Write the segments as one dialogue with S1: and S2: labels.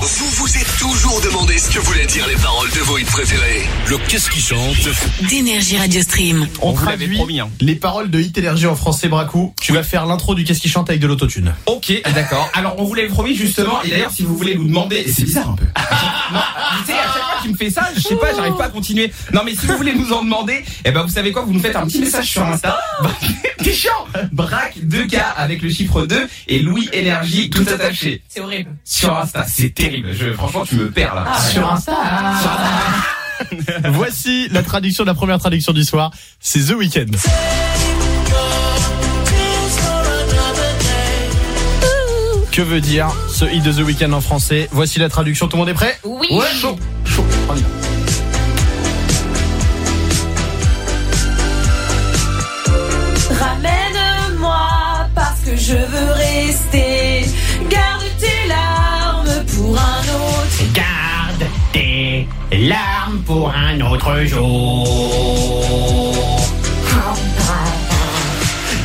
S1: Vous vous êtes toujours demandé ce que voulaient dire les paroles de vos hits préférés.
S2: Le qu'est-ce qui chante
S3: d'énergie Radio Stream.
S4: On,
S5: On vous l'avait
S4: traduit
S5: promis, hein.
S4: les paroles de Hit Energy en français bracou. Tu vas faire l'intro du Qu'est-ce qui chante avec de l'autotune.
S5: Ok, d'accord.
S6: Alors on vous l'avait promis justement, et d'ailleurs si vous voulez nous demander, c'est bizarre un peu. non, tu sais, à chaque fois qu'il me fait ça, je sais pas, j'arrive pas à continuer. Non mais si vous voulez nous en demander, eh ben vous savez quoi, vous nous faites un petit message sur Insta. T'es chiant Braque 2K avec le chiffre 2 et Louis Énergie tout attaché.
S3: C'est horrible. Ah,
S6: Sur Insta, c'est terrible. Je, franchement, tu me perds là.
S4: Sur Insta. Voici la traduction de la première traduction du soir. C'est The Weeknd. Que veut dire ce hit de The Weeknd en français Voici la traduction. Tout le monde est prêt
S3: Oui.
S4: Ouais, chaud, chaud. On y va.
S7: Ramène-moi parce que je veux rester. Garde tes larmes pour un autre.
S6: Garde tes larmes pour un autre jour.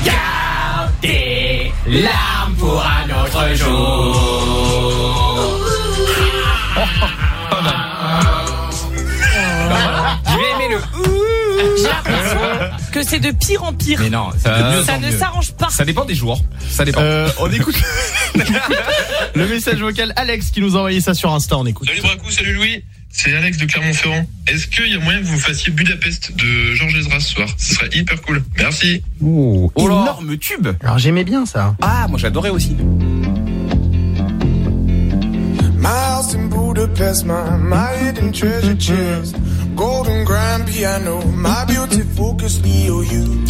S6: Garde tes larmes pour un autre jour.
S5: J'ai aimé le
S3: J'ai l'impression que c'est de pire en pire.
S5: Mais non, ça,
S3: Ça ne s'arrange pas.
S5: ça dépend des jours. Ça dépend.
S4: Euh, on écoute le message vocal Alex qui nous a envoyé ça sur Insta. On écoute.
S8: Salut Bracou, salut Louis, c'est Alex de Clermont-Ferrand. Est-ce qu'il y a moyen que vous me fassiez Budapest de Georges Ezra ce soir Ce serait hyper cool. Merci.
S5: Oh là.
S6: Énorme tube.
S4: Alors j'aimais bien ça.
S5: Ah, moi j'adorais aussi.
S9: Miles in Budapest, my, my hidden treasure chest. Golden grand piano, my beauty focus, EOU.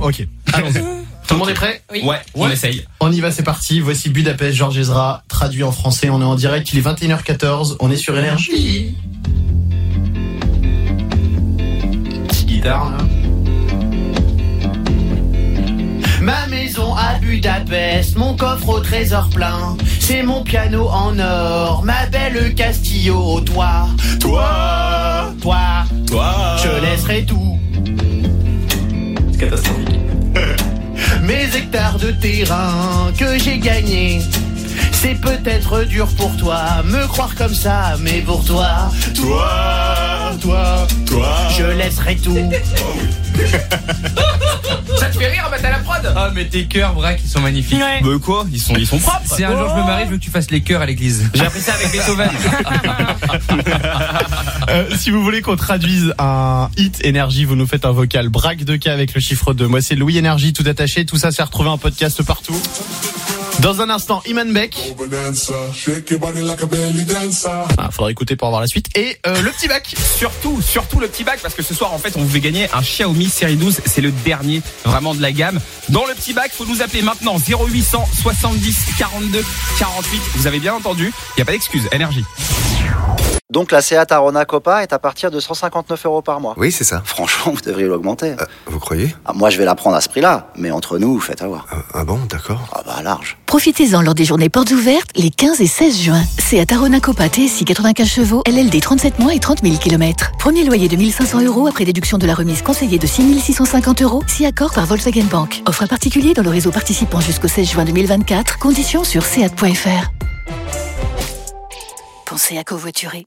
S4: Ok. Allons-y. Tout le monde est prêt
S3: Oui.
S5: Ouais, on essaye.
S4: On y va, c'est parti. Voici Budapest, Georges Ezra, traduit en français. On est en direct, il est 21h14. On est sur énergie. Petite guitare, là. Ma maison à Budapest, mon coffre au trésor plein. C'est mon piano en or, ma belle Castillo au toit. Toi, toi,
S5: Toi.
S4: je laisserai tout. Mes hectares de terrain que j'ai gagnés. C'est peut-être dur pour toi, me croire comme ça, mais pour toi, toi, toi, toi, je laisserai tout.
S6: Ça te fait rire, bah t'as la prod.
S5: Ah, mais tes cœurs, braques, ils sont magnifiques.
S3: Ouais.
S5: Bah quoi Ils sont, ils sont propres. Si un jour je me marie, je veux que tu fasses les cœurs à l'église. J'ai appris ça avec Beethoven.
S4: Euh, si vous voulez qu'on traduise un hit énergie, vous nous faites un vocal braque de k avec le chiffre 2. Moi, c'est Louis Énergie, tout attaché. Tout ça, c'est retrouvé en podcast partout. Dans un instant, Iman Beck.
S9: Shake your body like a belly dancer.
S4: Ah, faudra écouter pour avoir la suite. Et euh, le petit bac.
S5: surtout, surtout le petit bac parce que ce soir en fait on vous fait gagner un Xiaomi série 12, c'est le dernier vraiment de la gamme. Dans le petit bac, faut nous appeler maintenant 0800 70 42 48. Vous avez bien entendu, il y a pas d'excuse, énergie.
S10: Donc la Seat Arona Copa est à partir de 159 euros par mois.
S2: Oui, c'est ça. Euh,
S10: Franchement, vous devriez l'augmenter.
S2: Vous croyez
S10: Ah, moi, je vais la prendre à ce prix-là, mais entre nous, faites avoir.
S2: Ah bon, d'accord.
S10: Ah bah large.
S7: Profitez-en lors des journées portes ouvertes les 15 et 16 juin. C'est à Tarona Copa TSI 95 chevaux, LLD 37 mois et 30 000 km. Premier loyer de 1500 euros après déduction de la remise conseillée de 6 650 euros, si accord par Volkswagen Bank. Offre à particulier dans le réseau participant jusqu'au 16 juin 2024. Conditions sur seat.fr. Pensez à covoiturer.